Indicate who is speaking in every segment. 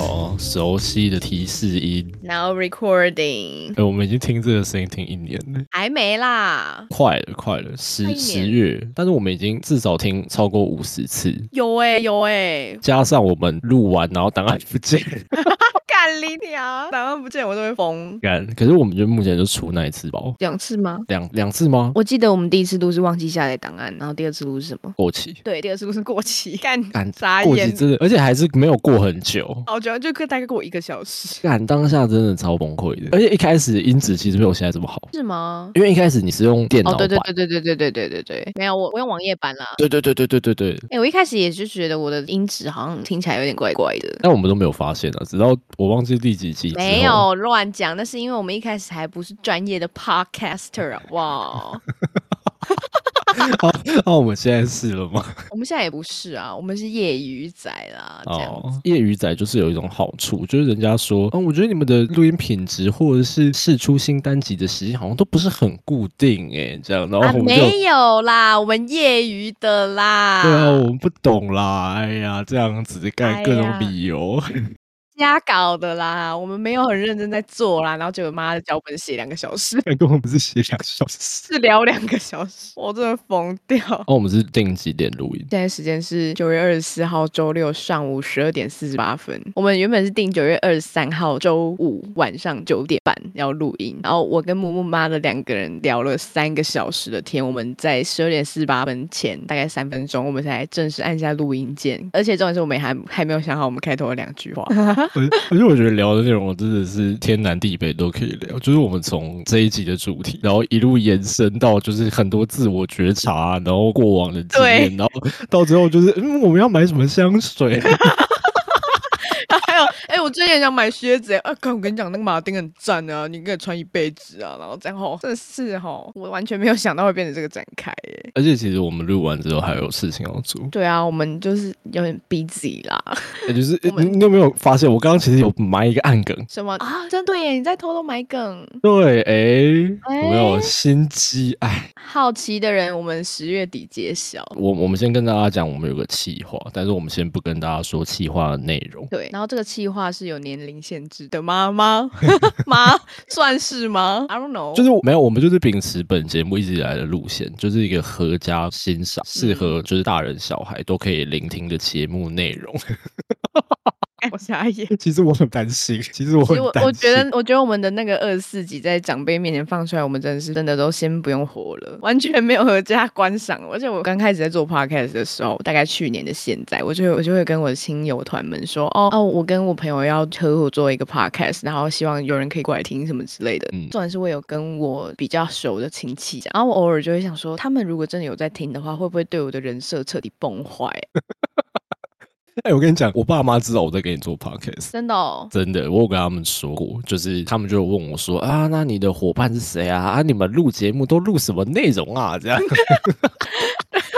Speaker 1: 哦，熟悉的提示音。
Speaker 2: Now recording，
Speaker 1: 哎、我们已经听这个声音听一年了，
Speaker 2: 还没啦。
Speaker 1: 快了，快了，
Speaker 2: 快
Speaker 1: 十
Speaker 2: 一
Speaker 1: 十
Speaker 2: 年
Speaker 1: 月，但是我们已经至少听超过五十次，
Speaker 2: 有哎、有哎、
Speaker 1: 加上我们录完然后档案不见，
Speaker 2: 干你娘！百万不见我都会疯。
Speaker 1: 干，可是我们就目前就出那一次吧，
Speaker 2: 两次吗？
Speaker 1: 两两次吗？
Speaker 2: 我记得我们第一次录是忘记下载档案，然后第二次录是什么？
Speaker 1: 过期，
Speaker 2: 对，第二次录是过期，干
Speaker 1: 干
Speaker 2: 眨
Speaker 1: 过期
Speaker 2: 眼，
Speaker 1: 真的，而且还是没有过很久。
Speaker 2: 好久就大概过一个小时，
Speaker 1: 干当下真的超崩溃的，而且一开始音质其实没有现在这么好，
Speaker 2: 是吗？
Speaker 1: 因为一开始你是用电脑
Speaker 2: 哦，对
Speaker 1: 版，
Speaker 2: 对对对对对对对对对，没有我我用网页版啦。
Speaker 1: 对对对对对对对
Speaker 2: 哎、我一开始也就觉得我的音质好像听起来有点怪怪的。
Speaker 1: 但我们都没有发现啊，直到我忘记第几集之后
Speaker 2: 没，有乱讲，那是因为我们一开始还不是专业的 podcaster，好不好？
Speaker 1: 那、我们现在是了吗？
Speaker 2: 我们现在也不是啊，我们是业余仔啦，这样子。
Speaker 1: 哦，业余仔就是有一种好处，就是人家说，嗯，我觉得你们的录音品质或者是试出新单集的时间好像都不是很固定诶，这样，然
Speaker 2: 啊，
Speaker 1: 后哦我们就。
Speaker 2: 没有啦，我们业余的啦。
Speaker 1: 对啊，我们不懂啦，哎呀，这样子干各
Speaker 2: 哎
Speaker 1: 种
Speaker 2: 呀
Speaker 1: 理 由，
Speaker 2: 瞎搞的啦，我们没有很认真在做啦，然后结果妈的脚本写两个小时，
Speaker 1: 干、跟我们是写两个小时。
Speaker 2: 治疗两个小时，我真的疯掉。
Speaker 1: 哦，我们是定几点录音？
Speaker 2: 现在时间是九月二十四号周六上午十二点四十八分。我们原本是定九月二十三号周五晚上九点半要录音，然后我跟木木妈的两个人聊了三个小时的天。我们在十二点四十八分前大概三分钟，我们才正式按下录音键。而且重点是我们也还还没有想好我们开头的两句话。
Speaker 1: 而而 且我觉得聊的内容真的是天南地北都可以聊，就是我们从这一集的主题，然后一路延伸到就是很多自我觉察啊、然后过往的经验，
Speaker 2: 对
Speaker 1: 然后到最后就是嗯，我们要买什么香水？
Speaker 2: 还有，哎、我最近很想买靴子、欸，啊，哥，我跟你讲，那个马丁很赞啊，你可以穿一辈子啊，然后这样吼，真的是吼，我完全没有想到会变成这个展开、欸，
Speaker 1: 而且其实我们录完之后还有事情要做，
Speaker 2: 对啊，我们就是有点 busy 啦，
Speaker 1: 也就是
Speaker 2: 我
Speaker 1: 你
Speaker 2: 们
Speaker 1: 你有没有发现我刚刚其实有埋一个暗梗？
Speaker 2: 什么啊，真对耶，你在偷偷买梗，
Speaker 1: 对，哎、
Speaker 2: 哎
Speaker 1: 有没有心机？哎，
Speaker 2: 好奇的人，我们十月底揭晓。
Speaker 1: 我我们先跟大家讲，我们有个企划，但是我们先不跟大家说企划的内容。
Speaker 2: 对，然后这个计划是有年龄限制的吗？吗？ 吗？算是吗？I don't know。
Speaker 1: 就是没有，我们就是秉持本节目一直以来的路线，就是一个合家欣赏、适
Speaker 2: 嗯
Speaker 1: 合就是大人小孩都可以聆听的节目内容。
Speaker 2: 哎我瞎眼。
Speaker 1: 其实我很担心，其实我
Speaker 2: 其实我我觉得，我觉得我们的那个二十四集在长辈面前放出来，我们真的是真的都先不用活了，完全没有合家观赏。而且我刚开始在做 podcast 的时候，大概去年的现在，我就会我就会跟我的亲友团们说，哦哦，我跟我朋友要合伙做一个 podcast，然后希望有人可以过来听什么之类的。
Speaker 1: 嗯
Speaker 2: 重点是我有跟我比较熟的亲戚讲，然后我偶尔就会想说，他们如果真的有在听的话，会不会对我的人设彻底崩坏？啊
Speaker 1: 哎、我跟你讲，我爸妈知道我在给你做 podcast。
Speaker 2: 真的、哦。
Speaker 1: 真的，我有跟他们说过，就是他们就有问我说啊，那你的伙伴是谁啊？啊，你们录节目都录什么内容啊？这样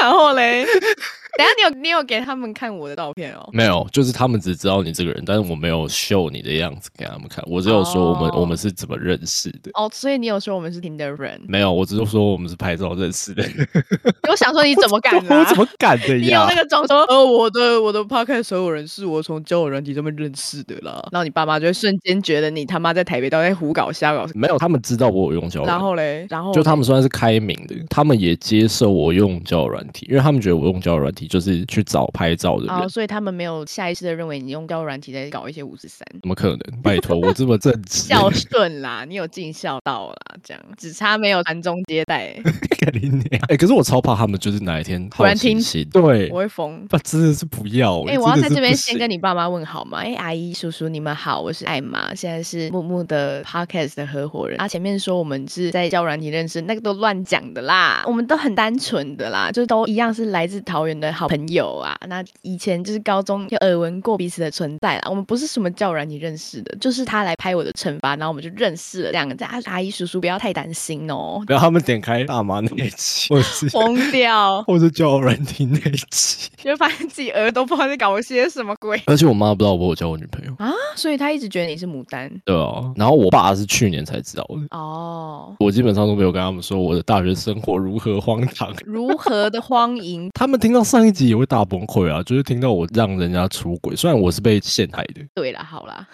Speaker 2: 然后嘞，等一下你有你有给他们看我的照片哦。
Speaker 1: 没有，就是他们只知道你这个人，但是我没有秀你的样子给他们看，我只有说我们、
Speaker 2: 哦
Speaker 1: 我们是怎么认识的，
Speaker 2: 哦，所以你有说我们是听的人，
Speaker 1: 没有，我只是说我们是拍照认识的。
Speaker 2: 我想说你怎么敢
Speaker 1: 我
Speaker 2: 啊？
Speaker 1: 怎么敢的
Speaker 2: 你有
Speaker 1: 呀
Speaker 2: 那？个装说，呃，我的我的 podcast 所有人是我从交友软体上面认识的啦，然后你爸妈就会瞬间觉得你他妈在台北到底在胡搞瞎搞，
Speaker 1: 没有，他们知道我有用交友软
Speaker 2: 然
Speaker 1: 体，
Speaker 2: 后嘞，然后
Speaker 1: 就他
Speaker 2: 嘞
Speaker 1: 们算是开明的，他们也接受我用交友软体，因为他们觉得我用交友软体就是去找拍照的人，
Speaker 2: 哦，所以他们没有下意识的认为你用交友软体在搞一些五十 三。
Speaker 1: 怎么可能？拜托，我这么正直，
Speaker 2: 孝顺啦，你有尽孝道啦，这样只差没有传宗接代，
Speaker 1: 干你娘哎、可是我超怕他们就是哪一天
Speaker 2: 突
Speaker 1: 好
Speaker 2: 然
Speaker 1: 奇
Speaker 2: 听
Speaker 1: 心，对，
Speaker 2: 我会疯。
Speaker 1: 那真的是不要、
Speaker 2: 哎、
Speaker 1: 哎、
Speaker 2: 我要在这边先
Speaker 1: 先
Speaker 2: 跟你爸妈问好吗？哎、阿姨、叔叔，你们好，我是艾玛，现在是木木的 podcast 的合伙人。啊他、前面说我们是在交友软体认识，那个都乱讲的啦，我们都很单纯的啦，就都一样是来自桃园的好朋友啊。那以前就是高中有耳闻过彼此的存在啦，我们不是什么交友软体认识的，就是他来啊拍我的惩罚，然后我们就认识了这样。这阿阿姨、叔叔不要太担心哦。
Speaker 1: 不要他们点开大麻那那一集，或者是
Speaker 2: 疯掉，
Speaker 1: 或者交友软体那一集。
Speaker 2: 就发现自己儿都不知道在搞些什么鬼
Speaker 1: 而且我妈不知道我有交过女朋友，
Speaker 2: 啊！所以他一直觉得你是牡丹
Speaker 1: 对啊。然后我爸是去年才知道的，
Speaker 2: 哦，
Speaker 1: 我基本上都没有跟他们说我的大学生活如何荒唐。
Speaker 2: 如何的荒淫
Speaker 1: 他们听到上一集也会大崩溃啊，就是听到我让人家出轨，虽然我是被陷害的，
Speaker 2: 对了，好啦，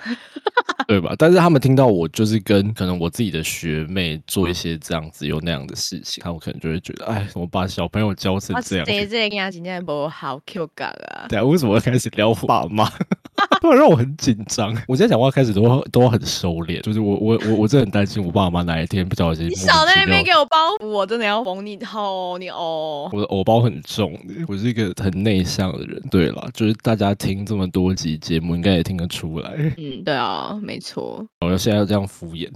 Speaker 1: 对吧？但是他们听到我就是跟可能我自己的学妹做一些这样子又那样的事情，他们可能就会觉得，哎，我把小朋友教成
Speaker 2: 我
Speaker 1: 这样子。
Speaker 2: 姐姐跟他今天不好 Q 感啊，
Speaker 1: 对啊，为什么会开始聊我爸妈？ 突然让我很紧张。我现在讲话开始都都很收敛，就是我我我我真的很担心我爸妈哪一天不小心
Speaker 2: 你
Speaker 1: 莫名
Speaker 2: 少在
Speaker 1: 其
Speaker 2: 那
Speaker 1: 妙
Speaker 2: 边给我包袱，我真的要缝你吼你哦。
Speaker 1: 我的偶包很重的，我是一个很内向的人。对啦，就是大家听这么多集节目，应该也听得出来。
Speaker 2: 嗯，对啊，没错，
Speaker 1: 我现在要这样敷衍，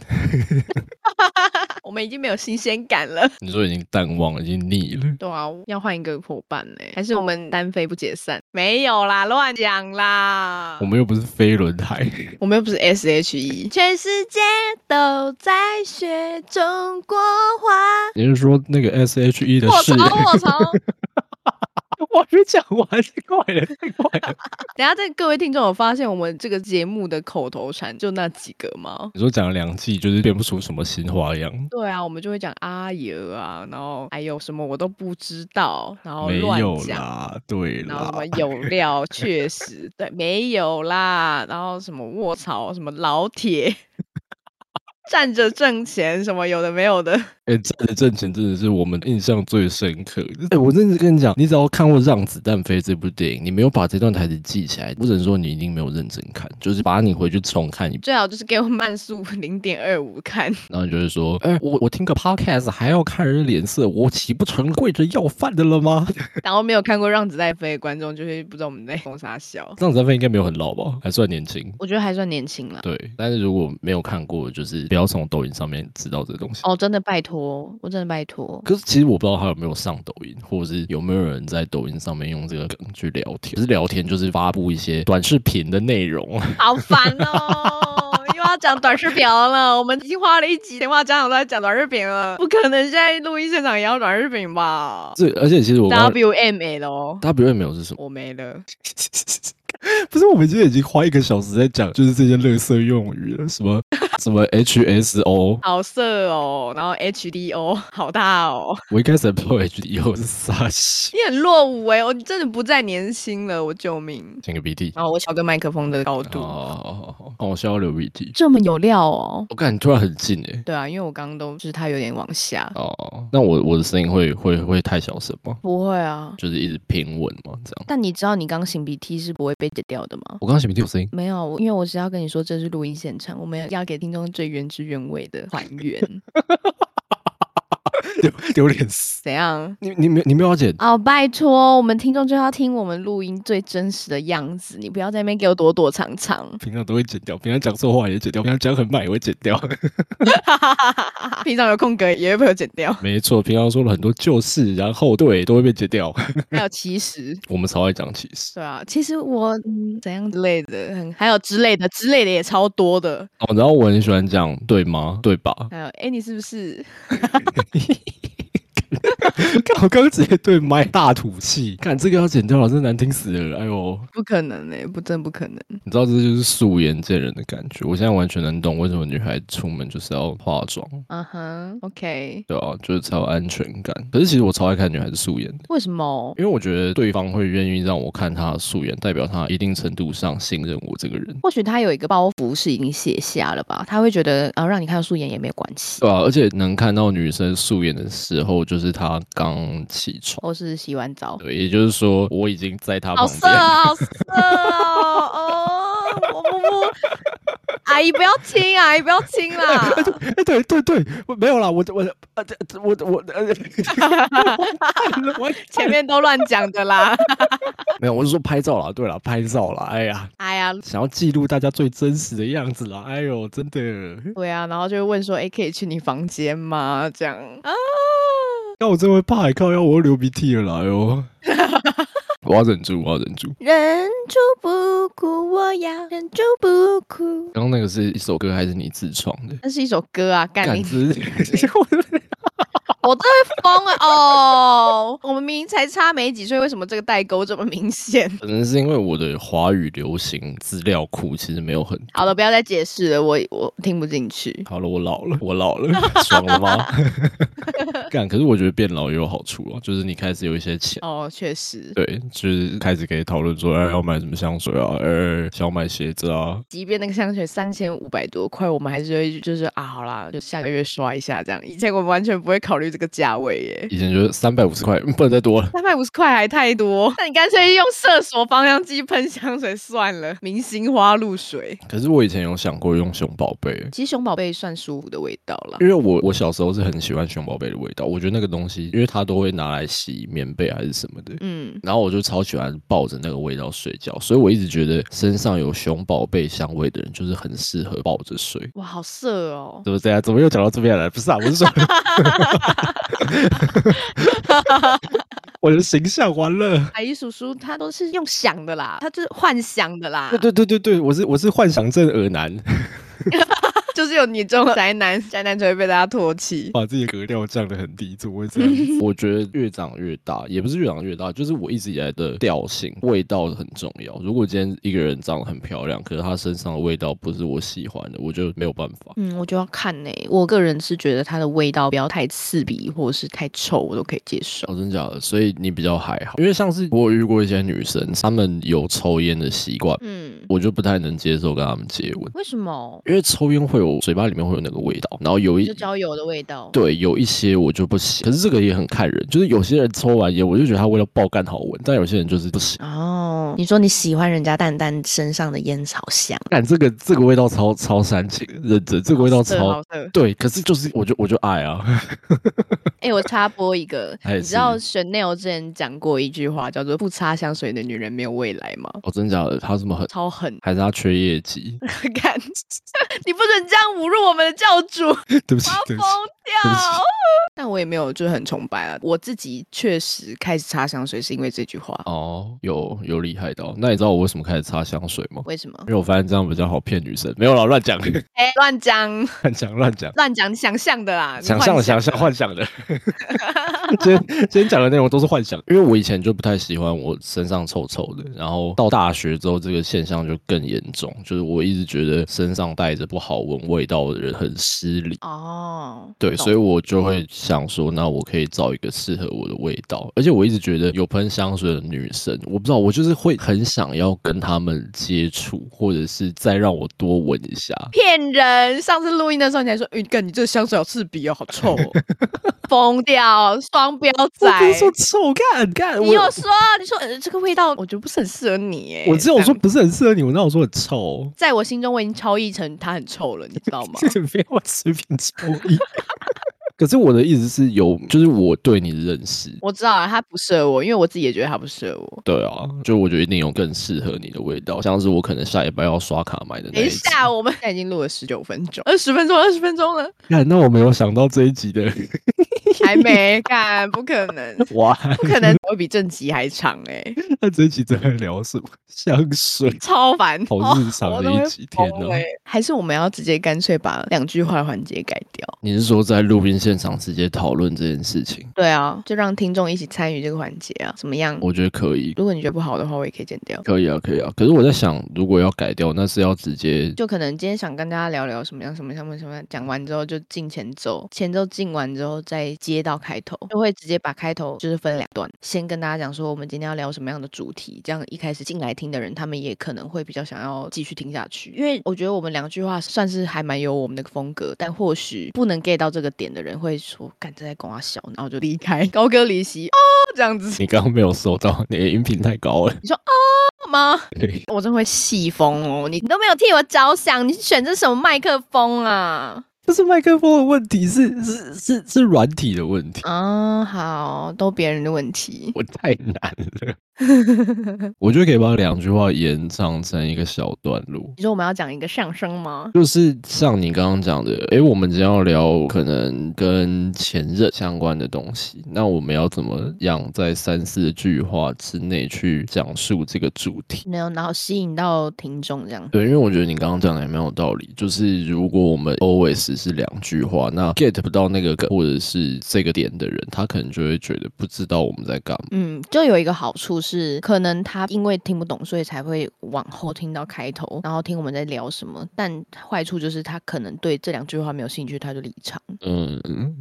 Speaker 2: 我们已经没有新鲜感了。
Speaker 1: 你说已经淡忘了，已经腻了。
Speaker 2: 对啊，要换一个伙伴呢、还是我们单飞不解散？没有啦，乱讲啦。
Speaker 1: 我们又不是飞轮 海，
Speaker 2: 我们又不是 S H E，全世界都在学中国话。
Speaker 1: 你是说那个 S H E 的
Speaker 2: 我
Speaker 1: 事
Speaker 2: 操！？我操！
Speaker 1: 我没讲完，太快了，太快了。
Speaker 2: 等一下，这各位听众有发现我们这个节目的口头禅就那几个吗？
Speaker 1: 你说讲了两季，就是变不出什么新花样。
Speaker 2: 对啊，我们就会讲阿爷啊，然后还有什么我都不知道，然后
Speaker 1: 没
Speaker 2: 乱
Speaker 1: 有
Speaker 2: 讲，
Speaker 1: 啦，对
Speaker 2: 然后什
Speaker 1: 啦
Speaker 2: 么，有 料，确实对，没有啦，然后什么卧槽，什么老铁，站着挣钱，什么有的没有的，
Speaker 1: 哎、站着挣钱真的是我们印象最深刻的。哎、我真的跟你讲，你只要看过《让子弹飞》这部电影，你没有把这段台词记起来，我只能说你一定没有认真看，就是把你回去重看一遍，
Speaker 2: 最好就是给我慢速 零点二五看。
Speaker 1: 然后你就会说，哎、我我听个 podcast 还要看人脸色，我岂不成跪着要饭的了吗？
Speaker 2: 然后没有看过《让子弹飞》的观众就会不知道我们在封啥笑。
Speaker 1: 让子弹飞应该没有很老吧，还算年轻。
Speaker 2: 我觉得还算年轻了。
Speaker 1: 对，但是如果没有看过，就是不要从抖音上面知道这个东西。
Speaker 2: 哦，真的拜托，我真的拜托。
Speaker 1: 可是其实我不知道他有没有上抖音，或者是有没有人在抖音上面用这个梗去聊天。可是聊天就是发布一些短视频的内容，啊
Speaker 2: 好烦哦，又要讲短视频了。我们已经花了一集电话家长都在讲短视频了，不可能现在录音现场也要短视频吧
Speaker 1: 这而且其实我刚
Speaker 2: ？W M L，
Speaker 1: WML 是什么？
Speaker 2: 我没了。
Speaker 1: 不是，我们今天已经花一个小时在讲，就是这些垃圾用语了，什么 什么 HSO，
Speaker 2: 好色哦，然后 H D O 好大哦，
Speaker 1: 我一开始还不知道 HDO 是啥戏，
Speaker 2: 你很落伍哎、我真的不再年轻了，我救命！
Speaker 1: 擤个鼻涕。
Speaker 2: 然后我小个麦克风的高
Speaker 1: 哦
Speaker 2: 度，
Speaker 1: 哦哦哦，我需要流鼻涕。
Speaker 2: 这么有料哦。
Speaker 1: 我感觉突然很近诶、
Speaker 2: 对啊，因为我刚刚都就是它有点往下，
Speaker 1: 哦，那我我的声音会会会太小声吗？
Speaker 2: 不会啊。
Speaker 1: 就是一直平稳吗？这样？
Speaker 2: 但你知道你刚擤鼻涕是不会被剪掉的吗？
Speaker 1: 我刚刚擤鼻涕有声音。
Speaker 2: 没有，我因为我是要跟你说这是录音现场，我们要给听众最原汁原味的还原。
Speaker 1: 丢丢脸死！
Speaker 2: 怎样？
Speaker 1: 你你没有你没有要剪，。
Speaker 2: 哦，拜托，我们听众就要听我们录音最真实的样子，你不要在那边给我躲躲藏藏
Speaker 1: 平常都会剪掉，平常讲错话也剪掉，平常讲很慢也会剪掉。，
Speaker 2: 平常有空格也会被我剪掉
Speaker 1: 没错，平常说了很多就是，然后对都会被剪掉。
Speaker 2: 还有其实，
Speaker 1: 我们超爱讲其实。
Speaker 2: 对啊，其实我、嗯、怎样之类的，很还有之类的之类的也超多的，
Speaker 1: 哦，然后我很喜欢讲对吗？对吧？
Speaker 2: 还有哎，诶你是不是？
Speaker 1: 看我刚刚直接对麦大吐气，看这个要剪掉了，真难听死了。哎呦，
Speaker 2: 不可能哎、不真不可能。
Speaker 1: 你知道这就是素颜见人的感觉。我现在完全能懂为什么女孩出门就是要化妆，
Speaker 2: 嗯哼，OK，
Speaker 1: 对啊，就是才有安全感。可是其实我超爱看女孩子素颜的。
Speaker 2: 为什么？
Speaker 1: 因为我觉得对方会愿意让我看他的素颜，代表他一定程度上信任我这个人。
Speaker 2: 或许他有一个包袱是已经卸下了吧，他会觉得啊，让你看到素颜也没有关系，
Speaker 1: 对啊，而且能看到女生素颜的时候，就是她刚起床。
Speaker 2: 或是洗完澡，
Speaker 1: 对，也就是说，我已经在她旁边。
Speaker 2: 啊，好色哦，哦，我不不，阿姨不要亲，阿姨不要亲啦，
Speaker 1: 哎， 对对对，我没有啦，我我呃这我我呃， 我
Speaker 2: 前面都乱讲的啦，
Speaker 1: 没有，我是说拍照啦，对啦，拍照啦，哎呀，
Speaker 2: 哎呀。
Speaker 1: 想要记录大家最真实的样子啦，哎呦，真的，
Speaker 2: 对啊，然后就会问说，哎，可以去你房间吗？这样啊，
Speaker 1: 那我真会怕，靠，要我又流鼻涕了啦，哎呦， 我要忍住，我要忍住。
Speaker 2: 忍住不哭，我要忍住不哭。
Speaker 1: 刚刚那个是一首歌还是你自创的？
Speaker 2: 哎那是一首歌啊，干
Speaker 1: 感
Speaker 2: 你
Speaker 1: 知，
Speaker 2: 我真的疯了哦！我们明明才差没几岁，为什么这个代沟这么明显？
Speaker 1: 可能是因为我的华语流行资料库其实没有很
Speaker 2: 好了，不要再解释了，我我听不进去。
Speaker 1: 好了，我老了，我老了， 爽了吗？干，可是我觉得变老也有好处啊，就是你开始有一些钱，
Speaker 2: 哦，确实，
Speaker 1: 对，就是开始可以讨论说，哎，要买什么香水啊，哎，想要买鞋子啊，
Speaker 2: 即便那个香水三千五百多块，我们还是会就是啊，好啦，就下个月刷一下这样。以前我们完全不会考虑这个价位耶。
Speaker 1: 以前就是三百五十块，嗯不能再多了。
Speaker 2: 三百五十块还太多， 那你干脆用厕所芳香剂喷香水算了。明星花露水，
Speaker 1: 可是我以前有想过用熊宝贝，
Speaker 2: 其实熊宝贝算舒服的味道了。
Speaker 1: 因为我我小时候是很喜欢熊宝贝的味道，我觉得那个东西，因为它都会拿来洗棉被啊还是什么的，
Speaker 2: 嗯，
Speaker 1: 然后我就超喜欢抱着那个味道睡觉，所以我一直觉得身上有熊宝贝香味的人就是很适合抱着睡。
Speaker 2: 哇，好色哦！
Speaker 1: 怎么这样？啊怎么又讲到这边来了？不是啊，我是说，我的形象完了。
Speaker 2: 阿姨叔叔他都是用想的啦，他就是幻想的啦
Speaker 1: 对，对对对对，我是我是幻想症耳男，
Speaker 2: 就是有你这种宅男，宅男才会被大家唾弃。
Speaker 1: 把自己的格调降得很低，怎么会这样子？我觉得越长越大，也不是越长越大，就是我一直以来的调性，味道很重要。如果今天一个人长得很漂亮，可是她身上的味道不是我喜欢的，我就没有办法。
Speaker 2: 嗯，我就要看呢、我个人是觉得它的味道不要太刺鼻，或者是太臭，我都可以接受。
Speaker 1: 哦，真假的，所以你比较还好，因为像是我有遇过一些女生，她们有抽烟的习惯，
Speaker 2: 嗯，
Speaker 1: 我就不太能接受跟她们接吻，
Speaker 2: 为什么？
Speaker 1: 因为抽烟会有嘴巴里面会有那个味道，然后有一
Speaker 2: 就焦油的味道。
Speaker 1: 对有一些我就不行，可是这个也很看人，就是有些人抽完烟我就觉得他味道爆干好闻，但有些人就是不行。
Speaker 2: 哦，你说你喜欢人家淡淡身上的烟草香，
Speaker 1: 但这个这个味道超超煽情，认真，这个味道
Speaker 2: 色
Speaker 1: 超
Speaker 2: 好色。
Speaker 1: 对，可是就是我就我就爱啊，
Speaker 2: 哎、我插播一个，
Speaker 1: 哎
Speaker 2: 你知道 Chanel 之前讲过一句话叫做“不擦香水的女人没有未来”吗？
Speaker 1: 哦，真假的，他这么狠，，
Speaker 2: 超狠
Speaker 1: 还是他缺业绩？
Speaker 2: 干！ 你不准这样侮辱我们的教主，我
Speaker 1: 对不起
Speaker 2: 要，
Speaker 1: 对不
Speaker 2: 疯
Speaker 1: 起，对不起
Speaker 2: 掉！但我也没有就是很崇拜啊，我自己确实开始擦香水是因为这句话。
Speaker 1: 哦，有有厉害到。那你知道我为什么开始擦香水吗？
Speaker 2: 为什么？
Speaker 1: 因为我发现这样比较好骗女生。没有啦，乱讲，乱
Speaker 2: 哎、乱讲
Speaker 1: 讲，乱讲，
Speaker 2: 乱讲，你想象的啦，你
Speaker 1: 想
Speaker 2: 幻
Speaker 1: 象的，想象，啊幻 想的。今天今天讲的内容都是幻想，因为我以前就不太喜欢我身上臭臭的，然后到大学之后，这个现象就更严重，就是我一直觉得身上带着不好闻味道的人很失礼。
Speaker 2: 哦，
Speaker 1: 对，
Speaker 2: 懂
Speaker 1: 所以我就会想说，那我可以找一个适合我的味道。而且我一直觉得有喷香水的女生，我不知道，我就是会很想要跟她们接触，或者是再让我多闻一下。
Speaker 2: 骗人！上次录音的时候你还说，哎、干你这香水好刺鼻哦，好臭 哦，疯掉，双标仔。
Speaker 1: 臭干干
Speaker 2: 你有说，你说呃这个味道，我觉得不是很适合你哎。这样
Speaker 1: 不是很适合你，我那我说很臭，
Speaker 2: 在我心中我已经超译成它很臭 了，你知道吗？
Speaker 1: 没有随便抽一。 可是我的意思是有，就是我对你的认识。
Speaker 2: 我知道啊，它不适合我，因为我自己也觉得它不适合我。
Speaker 1: 对啊，
Speaker 2: 嗯
Speaker 1: 就我觉得一定有更适合你的味道，像是我可能下礼拜要刷卡买的那
Speaker 2: 等一
Speaker 1: 支
Speaker 2: 下，我们现在已经录了十九分钟，二十分钟，二十分钟了，
Speaker 1: 看，那我没有想到这一集的
Speaker 2: 还没干，不可能，
Speaker 1: 哇，
Speaker 2: 不可能，会比正集还长哎、
Speaker 1: 那这一集在聊什么？香水，
Speaker 2: 超烦，哦
Speaker 1: 好日常
Speaker 2: 我
Speaker 1: 的
Speaker 2: 都会
Speaker 1: 一集，天
Speaker 2: 疯
Speaker 1: 哪！
Speaker 2: 欸还是我们要直接干脆把两句话的环节改掉？
Speaker 1: 你是说在录音现场直接讨论这件事情？
Speaker 2: 对啊，就让听众一起参与这个环节啊，怎么样？
Speaker 1: 我觉得可以，
Speaker 2: 如果你觉得不好的话，我也可以剪掉。
Speaker 1: 可以啊，可以啊。可是我在想，如果要改掉，那是要直接
Speaker 2: 就可能今天想跟大家聊聊什么样什么什么什么样，讲完之后就进前奏，前奏进完之后再接到开头，就会直接把开头就是分两段，先跟大家讲说我们今天要聊什么样的主题，这样一开始进来听的人，他们也可能会比较想要继续听下去，因为我觉得我们两句话算是还蛮有我们的风格，但或许不能 get 到这个点的人会说，干这在跟我笑，然后就离开，高歌离席哦，这样子
Speaker 1: 你刚刚没有收到，你的音频太高了。
Speaker 2: 吗？
Speaker 1: 对，
Speaker 2: 我真会气疯哦！你都没有替我着想，你选这什么麦克风啊？
Speaker 1: 不是麦克风的问题，是是是是软体的问题。
Speaker 2: 啊，好，都别人的问题。
Speaker 1: 我太难了，我觉得可以把两句话延长成一个小段落。
Speaker 2: 你说我们要讲一个相声吗？
Speaker 1: 就是像你刚刚讲的，诶，我们只要聊可能跟前任相关的东西，那我们要怎么样在三四句话之内去讲述这个主题？
Speaker 2: 没有，然后吸引到听众这样。
Speaker 1: 对，因为我觉得你刚刚讲的也蛮有道理，就是如果我们 always 是两句话，那 get 不到那个梗或者是这个点的人，他可能就会觉得不知道我们在干嘛。
Speaker 2: 嗯，就有一个好处是，可能他因为听不懂，所以才会往后听到开头，然后听我们在聊什么。但坏处就是他可能对这两句话没有兴趣，他就离场。
Speaker 1: 嗯，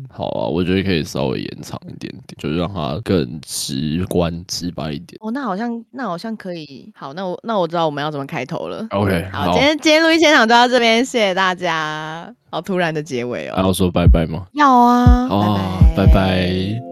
Speaker 1: 好啊，我觉得可以稍微延长一点点，就让它更直观、直白一点。
Speaker 2: 哦，那好像那好像可以。好，那我那我知道我们要怎么开头了。嗯
Speaker 1: OK，
Speaker 2: 好，今天今天录音现场就到这边，谢谢大家。好突然的结尾
Speaker 1: 还
Speaker 2: 哦。
Speaker 1: 要说拜拜吗？
Speaker 2: 要啊，
Speaker 1: 哦，拜
Speaker 2: 拜
Speaker 1: 拜